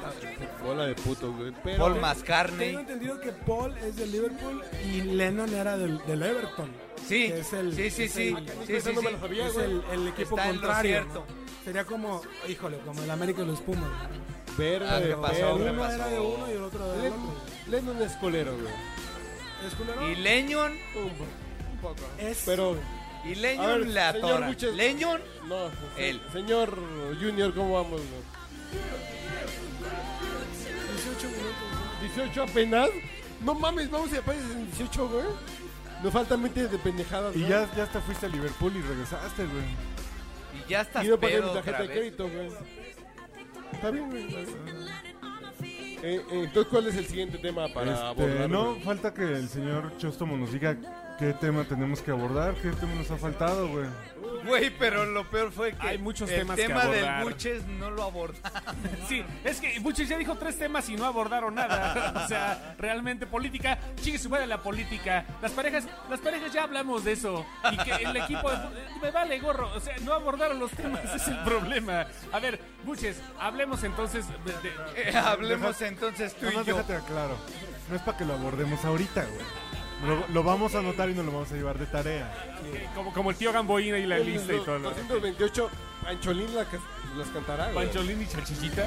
[SPEAKER 2] Bola de puto, güey. Pero-
[SPEAKER 3] Paul
[SPEAKER 8] Tengo
[SPEAKER 3] Mascarney.
[SPEAKER 8] entendido que Paul es del Liverpool y Lennon era del, del Everton.
[SPEAKER 3] Sí,
[SPEAKER 8] que es el-
[SPEAKER 3] sí, sí,
[SPEAKER 8] es
[SPEAKER 3] sí.
[SPEAKER 8] el-
[SPEAKER 3] Sí, sí,
[SPEAKER 2] no me
[SPEAKER 3] sí.
[SPEAKER 2] lo sabía,
[SPEAKER 8] es
[SPEAKER 2] güey.
[SPEAKER 8] el, el equipo
[SPEAKER 3] Está en lo
[SPEAKER 8] contrario.
[SPEAKER 3] cierto.
[SPEAKER 8] ¿no? Sería como, híjole, como el América y los Pumas. ¿no?
[SPEAKER 2] Verga
[SPEAKER 3] Ah,
[SPEAKER 2] de
[SPEAKER 3] ¿qué pasó?
[SPEAKER 2] verga.
[SPEAKER 3] ¿Qué
[SPEAKER 8] Uno era de uno y
[SPEAKER 3] pasó?
[SPEAKER 8] el otro del
[SPEAKER 2] Len-
[SPEAKER 8] otro.
[SPEAKER 2] Lennon es colero, güey.
[SPEAKER 8] ¿Es culero?
[SPEAKER 3] Y Leñon,
[SPEAKER 2] Un po- un poco.
[SPEAKER 8] Es-
[SPEAKER 2] Pero,
[SPEAKER 3] y
[SPEAKER 2] A ver,
[SPEAKER 3] Leñon la
[SPEAKER 2] señor
[SPEAKER 3] atora.
[SPEAKER 2] Buches.
[SPEAKER 3] Leñon,
[SPEAKER 2] no. se-
[SPEAKER 3] Él.
[SPEAKER 2] Señor Junior, ¿cómo vamos, güey?
[SPEAKER 8] 18 minutos.
[SPEAKER 2] ¿18 apenas? No mames, vamos y apenas en 18, güey. Nos faltan 20 de pendejadas,
[SPEAKER 1] Y
[SPEAKER 2] güey.
[SPEAKER 1] ya, ya hasta fuiste a Liverpool y regresaste, güey.
[SPEAKER 3] y ya estás
[SPEAKER 2] Y no pagué
[SPEAKER 3] pedo
[SPEAKER 2] mi
[SPEAKER 3] otra
[SPEAKER 2] tarjeta de
[SPEAKER 3] vez.
[SPEAKER 2] crédito, güey. Está bien, güey. está bien. Eh, eh, entonces, ¿cuál es el siguiente tema para
[SPEAKER 1] Este,
[SPEAKER 2] abordar?
[SPEAKER 1] no,
[SPEAKER 2] güey?
[SPEAKER 1] falta que el señor Chostomo nos diga qué tema tenemos que abordar, qué tema nos ha faltado, güey.
[SPEAKER 3] Güey, pero lo peor fue que
[SPEAKER 4] Hay muchos
[SPEAKER 3] el
[SPEAKER 4] temas que
[SPEAKER 3] tema
[SPEAKER 4] abordar.
[SPEAKER 3] del Buches no lo abordaron.
[SPEAKER 5] Sí, es que Buches ya dijo tres temas y no abordaron nada. O sea, realmente política, chingue su madre la política. Las parejas, las parejas ya hablamos de eso. Y que el equipo de fu- eh, me vale gorro. O sea, no abordaron los temas, ese es el problema. A ver, Buches, hablemos entonces de- de-
[SPEAKER 3] Eh, hablemos entonces tú
[SPEAKER 1] Nada
[SPEAKER 3] y
[SPEAKER 1] más
[SPEAKER 3] yo.
[SPEAKER 1] déjate claro. No es para que lo abordemos ahorita, güey. Lo, lo vamos a anotar y nos lo vamos a llevar de tarea.
[SPEAKER 5] eh, como, como el tío Gamboín y la
[SPEAKER 2] El
[SPEAKER 5] lista y todo lo
[SPEAKER 2] 228, Pancholín la que- las cantará, güey.
[SPEAKER 5] Pancholín y Chachichita.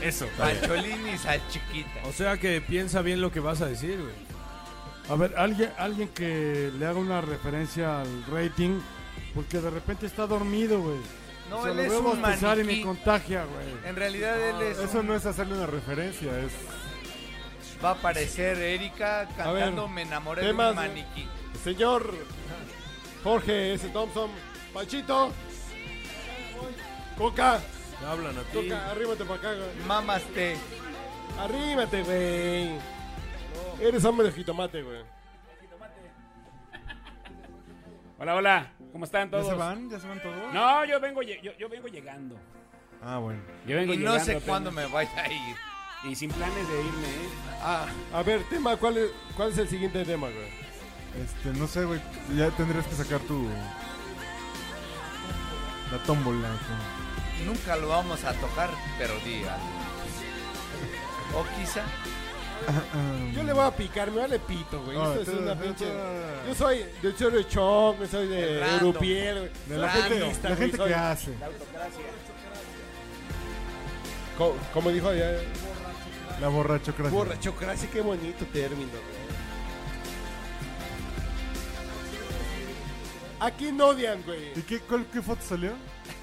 [SPEAKER 5] Eso.
[SPEAKER 3] Pancholín y Salchiquita.
[SPEAKER 4] O sea que piensa bien lo que vas a decir, güey.
[SPEAKER 11] A ver, alguien, alguien que le haga una referencia al rating, porque de repente está dormido, güey.
[SPEAKER 3] No,
[SPEAKER 11] O sea,
[SPEAKER 3] él
[SPEAKER 11] lo
[SPEAKER 3] es
[SPEAKER 11] veo
[SPEAKER 3] un
[SPEAKER 11] bostezar y me
[SPEAKER 3] maniquí.
[SPEAKER 11] contagia, güey.
[SPEAKER 3] En realidad él es
[SPEAKER 1] Eso no es hacerle una referencia, es...
[SPEAKER 3] Va a aparecer Erika cantando
[SPEAKER 2] ver,
[SPEAKER 3] Me enamoré
[SPEAKER 2] ¿qué
[SPEAKER 3] de un
[SPEAKER 2] más?
[SPEAKER 3] maniquí.
[SPEAKER 2] Señor Jorge S. Thompson, Panchito, Coca,
[SPEAKER 4] Te hablan a ti.
[SPEAKER 2] Coca, arrímate para acá, güey.
[SPEAKER 3] Mamaste.
[SPEAKER 2] Arrímate, güey. Eres hombre de jitomate, güey.
[SPEAKER 5] Hola, hola. ¿Cómo están
[SPEAKER 1] ¿Ya
[SPEAKER 5] todos?
[SPEAKER 1] se van? ¿Ya se van todos?
[SPEAKER 5] No, yo vengo, lle- yo, yo vengo llegando.
[SPEAKER 1] Ah, bueno.
[SPEAKER 5] Yo vengo
[SPEAKER 3] Y no
[SPEAKER 5] llegando
[SPEAKER 3] sé
[SPEAKER 5] apenas.
[SPEAKER 3] cuándo me vaya a ir.
[SPEAKER 5] Y sin planes de irme, ¿eh?
[SPEAKER 2] Ah, a ver, tema, ¿cuál es, cuál es el siguiente tema, güey?
[SPEAKER 1] Este, no sé, güey. Ya tendrías que sacar tu... La tómbola. güey.
[SPEAKER 3] Nunca lo vamos a tocar, pero diga. O quizá.
[SPEAKER 1] Ah, ah.
[SPEAKER 2] Yo le voy a picar, me vale pito, güey.
[SPEAKER 1] No,
[SPEAKER 2] Esto es
[SPEAKER 1] tú-
[SPEAKER 2] una
[SPEAKER 1] tú-
[SPEAKER 2] pinche.
[SPEAKER 1] tú-
[SPEAKER 2] Yo soy de Chorro Chong, soy de
[SPEAKER 3] Random.
[SPEAKER 2] Europiel, güey.
[SPEAKER 1] De la
[SPEAKER 3] Soy
[SPEAKER 1] gente,
[SPEAKER 2] artista,
[SPEAKER 1] la
[SPEAKER 2] güey,
[SPEAKER 1] gente
[SPEAKER 2] soy-
[SPEAKER 1] que hace.
[SPEAKER 2] Co- Como dijo allá,
[SPEAKER 1] La borrachocracia.
[SPEAKER 2] borrachocracia, qué bonito término, güey. Aquí no odian, güey.
[SPEAKER 1] ¿Y qué, cuál, qué foto salió?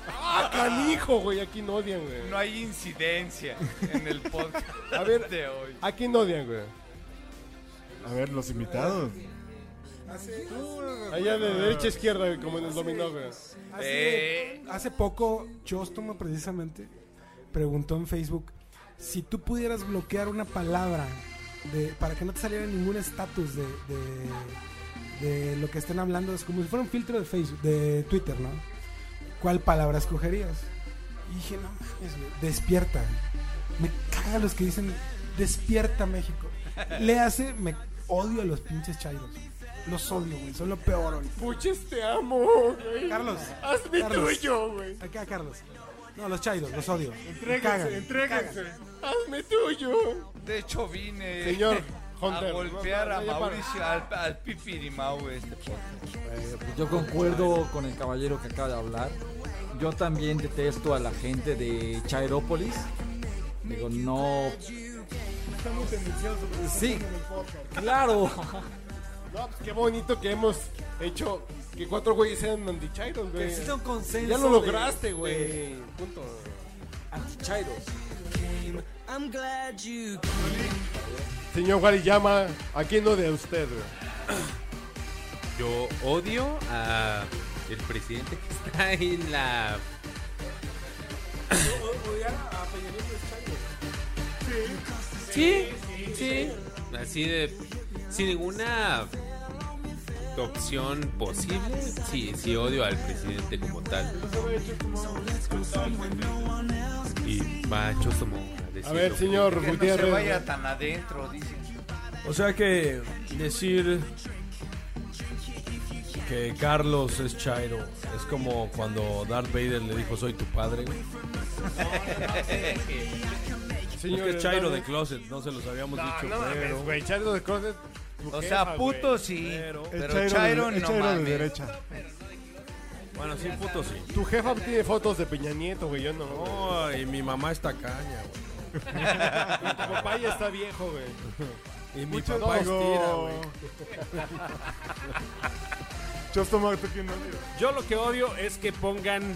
[SPEAKER 2] ¡Ah, canijo, güey! Aquí no odian, güey.
[SPEAKER 3] No hay incidencia en el podcast
[SPEAKER 2] A ver.
[SPEAKER 3] de hoy.
[SPEAKER 2] Aquí no odian, güey.
[SPEAKER 1] A ver, los invitados.
[SPEAKER 2] Allá de derecha a izquierda, güey, como en el dominó, güey.
[SPEAKER 8] Hace,
[SPEAKER 3] Eh.
[SPEAKER 8] hace poco, Chostomo precisamente preguntó en Facebook si tú pudieras bloquear una palabra de- para que no te saliera ningún estatus de, de- de lo que estén hablando, es como si fuera un filtro de Facebook, de Twitter, ¿no? ¿Cuál palabra escogerías? Y dije, no mames, güey, despierta. Me caga los que dicen, despierta México. Le hace, me odio a los pinches chairos. Los odio, güey, son lo peor, güey.
[SPEAKER 2] Puches, te amo, güey.
[SPEAKER 8] Carlos.
[SPEAKER 2] Hazme
[SPEAKER 8] Carlos.
[SPEAKER 2] tuyo, güey.
[SPEAKER 8] Acá, Carlos. No, los chairos, los odio. Entréguense,
[SPEAKER 2] Hazme tuyo.
[SPEAKER 3] De hecho vine
[SPEAKER 2] Señor
[SPEAKER 3] a
[SPEAKER 2] Hunter.
[SPEAKER 3] golpear a
[SPEAKER 2] Ya para.
[SPEAKER 3] Mauricio, al, al Pipirimau este podcast.
[SPEAKER 12] Yo concuerdo con el caballero que acaba de hablar. Yo también detesto a la gente de Chairópolis. Digo, no
[SPEAKER 1] está muy tendencioso. lo que está
[SPEAKER 2] Sí,
[SPEAKER 1] haciendo en el podcast.
[SPEAKER 2] claro. No, pues qué bonito que hemos hecho que cuatro güeyes sean antichairos, güey.
[SPEAKER 12] Que exista un consenso
[SPEAKER 2] Ya lo
[SPEAKER 12] de-
[SPEAKER 2] lograste, güey.
[SPEAKER 12] de-
[SPEAKER 2] Punto.
[SPEAKER 12] Antichairos.
[SPEAKER 10] I'm glad you
[SPEAKER 2] Señor Guarillama, aquí no de usted, güey.
[SPEAKER 9] Yo odio a el presidente que está en la Sí, sí. Así de. Sin ninguna opción posible. Sí, sí odio al presidente como tal. Y va a Chosomo a decirlo.
[SPEAKER 2] A ver, señor
[SPEAKER 3] Que no se
[SPEAKER 2] Gutiérrez.
[SPEAKER 3] vaya tan adentro, dicen.
[SPEAKER 4] O sea que decir que Carlos es Chairo es como cuando Darth Vader le dijo soy tu padre. güey.
[SPEAKER 2] Señor
[SPEAKER 4] es que es Chairo
[SPEAKER 2] Hernández.
[SPEAKER 4] de closet, no se los habíamos
[SPEAKER 2] No,
[SPEAKER 4] dicho.
[SPEAKER 2] no mames,
[SPEAKER 4] pero-
[SPEAKER 2] güey, Chairo de closet. tu
[SPEAKER 3] O
[SPEAKER 2] jefa,
[SPEAKER 3] sea, puto
[SPEAKER 2] Ah, güey.
[SPEAKER 3] sí. Pero,
[SPEAKER 2] El
[SPEAKER 1] Chairo de-
[SPEAKER 3] Chairo
[SPEAKER 1] el
[SPEAKER 3] no
[SPEAKER 1] Chairo de
[SPEAKER 3] mames.
[SPEAKER 1] derecha.
[SPEAKER 4] Bueno, sí, puto sí.
[SPEAKER 2] Tu jefa tiene fotos de Peña Nieto, güey. Yo no.
[SPEAKER 4] No, y mi mamá está caña,
[SPEAKER 2] Y tu papá ya está viejo, güey.
[SPEAKER 4] güey. Y mi
[SPEAKER 2] Mucho
[SPEAKER 4] papá
[SPEAKER 2] luego.
[SPEAKER 4] estira, güey.
[SPEAKER 1] Chostomac, ¿tú quién no?
[SPEAKER 5] Yo lo que odio es que pongan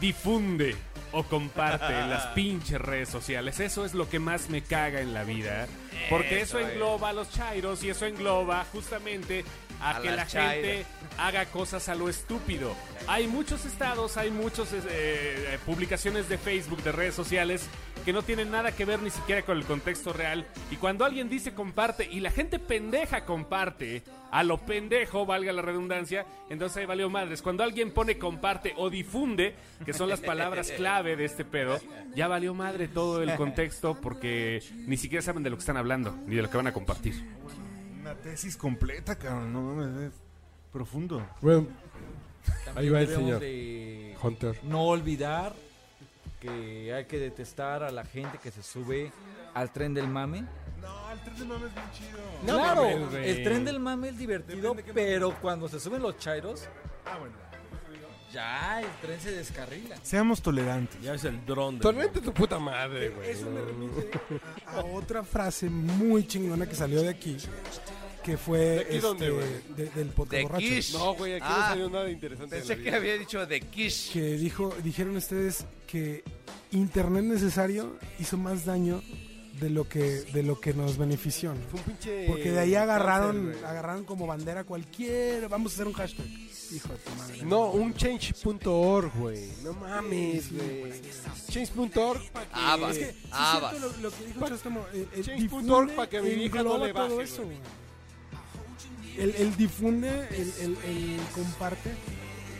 [SPEAKER 5] difunde o comparte en las pinches redes sociales. Eso es lo que más me caga en la vida. Porque eso,
[SPEAKER 4] Eso es.
[SPEAKER 5] engloba a los chairos y eso engloba justamente a,
[SPEAKER 4] A
[SPEAKER 5] que
[SPEAKER 4] las
[SPEAKER 5] la gente
[SPEAKER 4] chairas.
[SPEAKER 5] haga cosas a lo estúpido. Hay muchos estados, hay muchas publicaciones de Facebook, de redes sociales, que no tienen nada que ver ni siquiera con el contexto real. Y cuando alguien dice comparte y la gente pendeja comparte, a lo pendejo, valga la redundancia, entonces ahí valió madres. Cuando alguien pone comparte o difunde, que son las palabras clave de este pedo, ya valió madre todo el contexto porque ni siquiera saben de lo que están hablando, ni de lo que van a compartir.
[SPEAKER 1] Una tesis completa, cabrón. No mames, es profundo.
[SPEAKER 2] Bueno,
[SPEAKER 12] También debemos de No olvidar que hay que detestar a la gente que se sube al tren del mame.
[SPEAKER 1] No, el tren de mames es bien chido.
[SPEAKER 12] claro, el tren del mame es divertido, pero cuando se suben los chairos, ya el tren se descarrila.
[SPEAKER 1] Seamos tolerantes.
[SPEAKER 4] Ya es el dron.
[SPEAKER 2] Torrente tu puta madre, güey.
[SPEAKER 8] Eso me remite a Ah, otra frase muy chingona que salió de aquí. Que fue
[SPEAKER 2] ¿De aquí
[SPEAKER 8] este,
[SPEAKER 2] dónde, güey?
[SPEAKER 8] de- del podcast
[SPEAKER 3] De
[SPEAKER 8] borracho.
[SPEAKER 3] Kish.
[SPEAKER 2] No, güey, aquí no
[SPEAKER 3] Ah,
[SPEAKER 2] salió nada interesante. de la
[SPEAKER 3] Pensé que
[SPEAKER 2] vida.
[SPEAKER 3] había dicho de Kish.
[SPEAKER 8] Que dijo, dijeron ustedes que internet necesario hizo más daño de lo que de lo que nos benefició. ¿no?
[SPEAKER 2] Fue un pinche
[SPEAKER 8] Porque de ahí agarraron
[SPEAKER 2] cáncer, güey.
[SPEAKER 8] agarraron como bandera cualquier, vamos a hacer un hashtag. Hijo de tu madre.
[SPEAKER 2] No, un change.org, güey. No mames, güey. Change.org para que.
[SPEAKER 3] Abas,
[SPEAKER 8] Es que sí es
[SPEAKER 3] abas.
[SPEAKER 8] cierto lo, lo que dijo Chostomo, eh, eh,
[SPEAKER 2] Change.org
[SPEAKER 8] difunde,
[SPEAKER 2] para que mi hija no
[SPEAKER 8] engloba
[SPEAKER 2] le baje.
[SPEAKER 8] todo
[SPEAKER 2] güey.
[SPEAKER 8] eso, güey. El, el difunde, el, el- el comparte,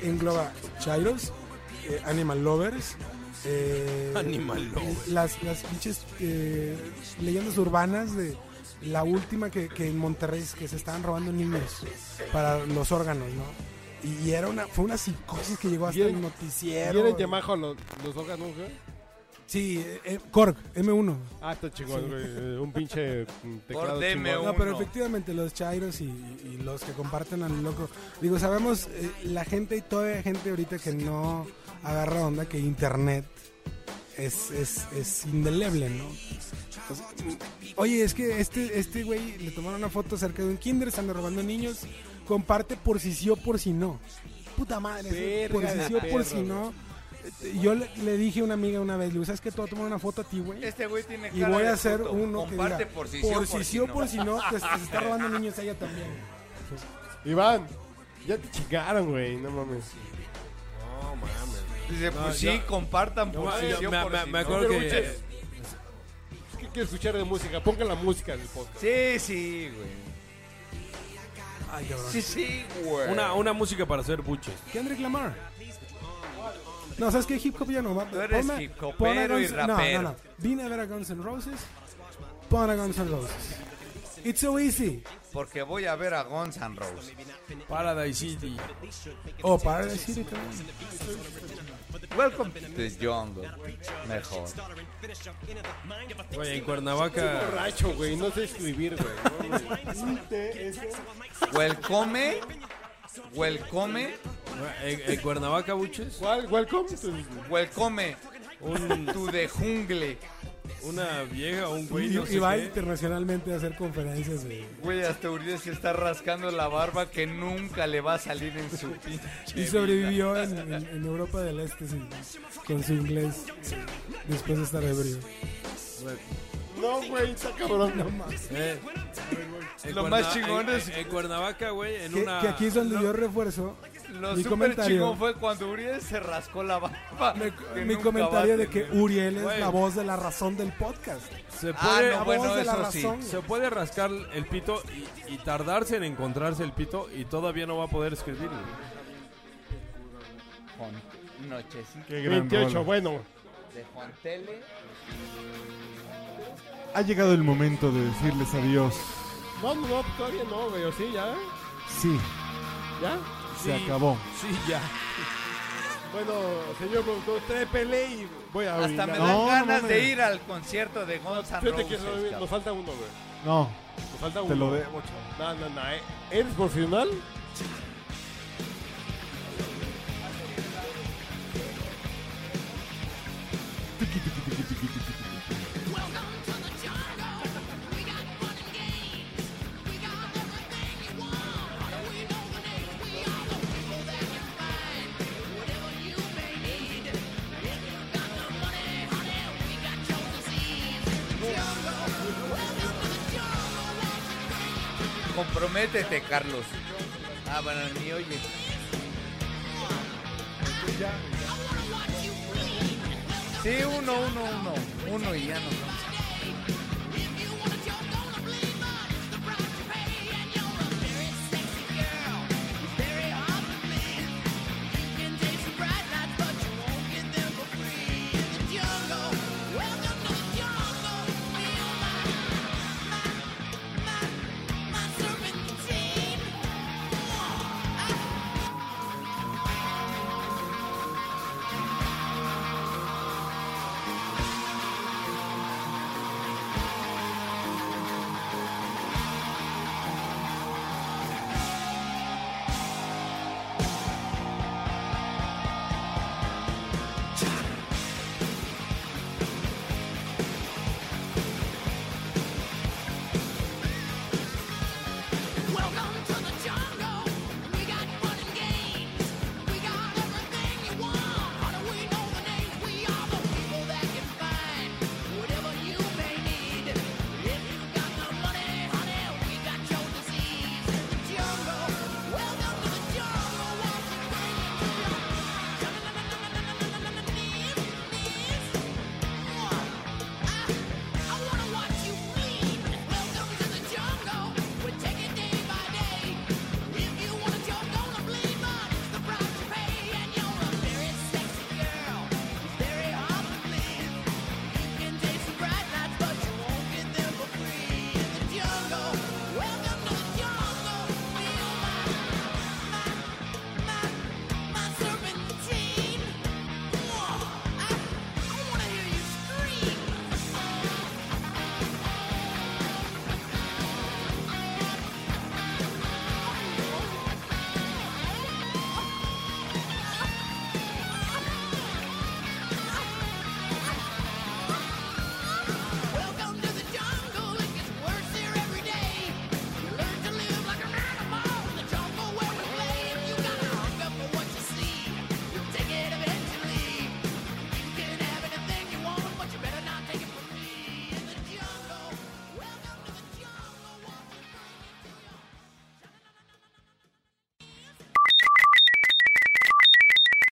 [SPEAKER 8] engloba Chiros, eh, Animal Lovers, eh,
[SPEAKER 4] Animal Lovers.
[SPEAKER 8] Las, las pinches eh, leyendas urbanas de la última que, que en Monterrey es que se estaban robando niños para los órganos, ¿no? Y, y era una, fue una psicosis que llegó hasta
[SPEAKER 2] Y era-
[SPEAKER 8] el noticiero.
[SPEAKER 2] ¿Quieren Yamaha los, los órganos, güey?
[SPEAKER 8] Sí, eh, eh, Korg, M1.
[SPEAKER 2] Ah, está chingón,
[SPEAKER 8] Sí.
[SPEAKER 2] güey. Eh, Un pinche mm, teclado
[SPEAKER 3] Por DM1.
[SPEAKER 2] chingón.
[SPEAKER 8] No, pero efectivamente los chairos y, y los que comparten al loco. Digo, sabemos eh, la gente y toda gente ahorita que no agarra onda que internet es, es, es indeleble, ¿no? O sea, Oye, es que este este güey le tomaron una foto cerca de un kinder, están robando niños. Comparte por si sí o por si no. Puta madre, eso,
[SPEAKER 2] Verga
[SPEAKER 8] por si
[SPEAKER 2] de
[SPEAKER 8] sí o por
[SPEAKER 2] perro,
[SPEAKER 8] si no. Eh, Yo le, le dije a una amiga una vez, le digo, ¿sabes que te voy a tomar una foto a ti, güey?
[SPEAKER 3] Este güey tiene
[SPEAKER 8] Y
[SPEAKER 3] cara
[SPEAKER 8] voy
[SPEAKER 3] de
[SPEAKER 8] a hacer
[SPEAKER 3] puto.
[SPEAKER 8] uno que
[SPEAKER 3] Comparte
[SPEAKER 8] diga,
[SPEAKER 3] por si sí o
[SPEAKER 8] por si sí o por si no, que se se está robando niños ella también.
[SPEAKER 2] Iván, ya te chingaron, güey. No mames.
[SPEAKER 4] No mames.
[SPEAKER 3] Dice,
[SPEAKER 4] No,
[SPEAKER 3] pues
[SPEAKER 4] yo-
[SPEAKER 3] sí, compartan
[SPEAKER 4] No,
[SPEAKER 3] por si
[SPEAKER 4] yo
[SPEAKER 3] sí o
[SPEAKER 4] me-
[SPEAKER 3] por
[SPEAKER 4] me-
[SPEAKER 3] si
[SPEAKER 4] me
[SPEAKER 3] no.
[SPEAKER 4] acuerdo
[SPEAKER 2] Pero,
[SPEAKER 4] que-
[SPEAKER 2] Uche, ¿Qué quieres escuchar de música? Ponga la música en el podcast.
[SPEAKER 3] Sí, sí, güey.
[SPEAKER 8] Ay, cabrón.
[SPEAKER 3] Sí, sí, güey.
[SPEAKER 4] Una, una música para hacer buches.
[SPEAKER 8] Kendrick Lamar. No, ¿sabes qué? Hip hop ya no va.
[SPEAKER 3] Tú eres
[SPEAKER 8] Ponme-
[SPEAKER 3] hip hopero
[SPEAKER 8] pon a Guns-
[SPEAKER 3] y
[SPEAKER 8] No,
[SPEAKER 3] rapero.
[SPEAKER 8] no, no. Vine a ver a Guns N' Roses. Pon a Guns N' Roses. It's so easy.
[SPEAKER 3] Porque voy a ver a Guns N' Roses.
[SPEAKER 4] Paradise City.
[SPEAKER 8] O para decir it también.
[SPEAKER 3] Welcome to the jungle. Mejor.
[SPEAKER 4] Güey, en Cuernavaca.
[SPEAKER 2] Borracho, güey. No sé escribir, güey. No mames.
[SPEAKER 3] Welcome. Welcome.
[SPEAKER 4] En, en Cuernavaca, buches.
[SPEAKER 2] ¿Cuál? ¿Welcome? to-
[SPEAKER 3] Welcome
[SPEAKER 4] Un,
[SPEAKER 3] to the jungle.
[SPEAKER 4] Una vieja, un güey.
[SPEAKER 8] Y,
[SPEAKER 4] no sé
[SPEAKER 8] y va
[SPEAKER 4] qué.
[SPEAKER 8] internacionalmente a hacer conferencias. güey.
[SPEAKER 3] Güey, hasta Uriel se está rascando la barba que nunca le va a salir en su pinche.
[SPEAKER 8] Y sobrevivió en, en- en Europa del Este sí, con su inglés eh, después de estar ebrio.
[SPEAKER 2] No, güey, está cabrón.
[SPEAKER 8] No más.
[SPEAKER 4] Eh, en
[SPEAKER 8] Lo
[SPEAKER 4] Cuerna-
[SPEAKER 8] más chingón
[SPEAKER 4] en-
[SPEAKER 8] es-
[SPEAKER 4] En, en Cuernavaca, güey, en
[SPEAKER 8] Que,
[SPEAKER 4] una.
[SPEAKER 8] que aquí es donde yo refuerzo
[SPEAKER 3] Lo
[SPEAKER 8] mi
[SPEAKER 3] súper
[SPEAKER 8] comentario.
[SPEAKER 3] chingón fue cuando Uriel se rascó la barba. que
[SPEAKER 8] mi
[SPEAKER 3] nunca va
[SPEAKER 8] comentario
[SPEAKER 3] a
[SPEAKER 8] de que
[SPEAKER 3] tener.
[SPEAKER 8] Uriel es
[SPEAKER 3] Güey,
[SPEAKER 8] la voz de la razón del podcast.
[SPEAKER 4] Se
[SPEAKER 3] Ah,
[SPEAKER 4] puede,
[SPEAKER 3] no,
[SPEAKER 4] la
[SPEAKER 3] bueno,
[SPEAKER 4] voz de la
[SPEAKER 3] eso
[SPEAKER 4] razón,
[SPEAKER 3] sí.
[SPEAKER 4] güey. se puede rascar el pito y, y tardarse en encontrarse el pito y todavía no va a poder escribir.
[SPEAKER 3] Con nochecita.
[SPEAKER 4] Qué
[SPEAKER 1] gran 28, rola.
[SPEAKER 2] bueno.
[SPEAKER 3] De Juan Tele.
[SPEAKER 1] Ha llegado el momento de decirles adiós.
[SPEAKER 2] No, no, no, todavía no, güey. ¿O sí, ya?
[SPEAKER 1] Sí,
[SPEAKER 2] ¿Ya?
[SPEAKER 1] se acabó.
[SPEAKER 4] Sí, ya.
[SPEAKER 2] Bueno, señor productor, trépele y voy a
[SPEAKER 3] Hasta
[SPEAKER 2] orinar.
[SPEAKER 3] me dan ganas de ir al concierto de Guns N'
[SPEAKER 2] Fíjate que
[SPEAKER 3] Roses,
[SPEAKER 2] no-
[SPEAKER 3] cabrón.
[SPEAKER 2] nos falta uno, güey.
[SPEAKER 1] No.
[SPEAKER 2] Nos falta uno.
[SPEAKER 1] Te lo debo,
[SPEAKER 2] No, no, no. ¿eh? ¿Eres profesional?
[SPEAKER 3] Comprométete, Carlos. Ah, bueno, ni oye. Sí, uno, uno, uno. Uno y ya no.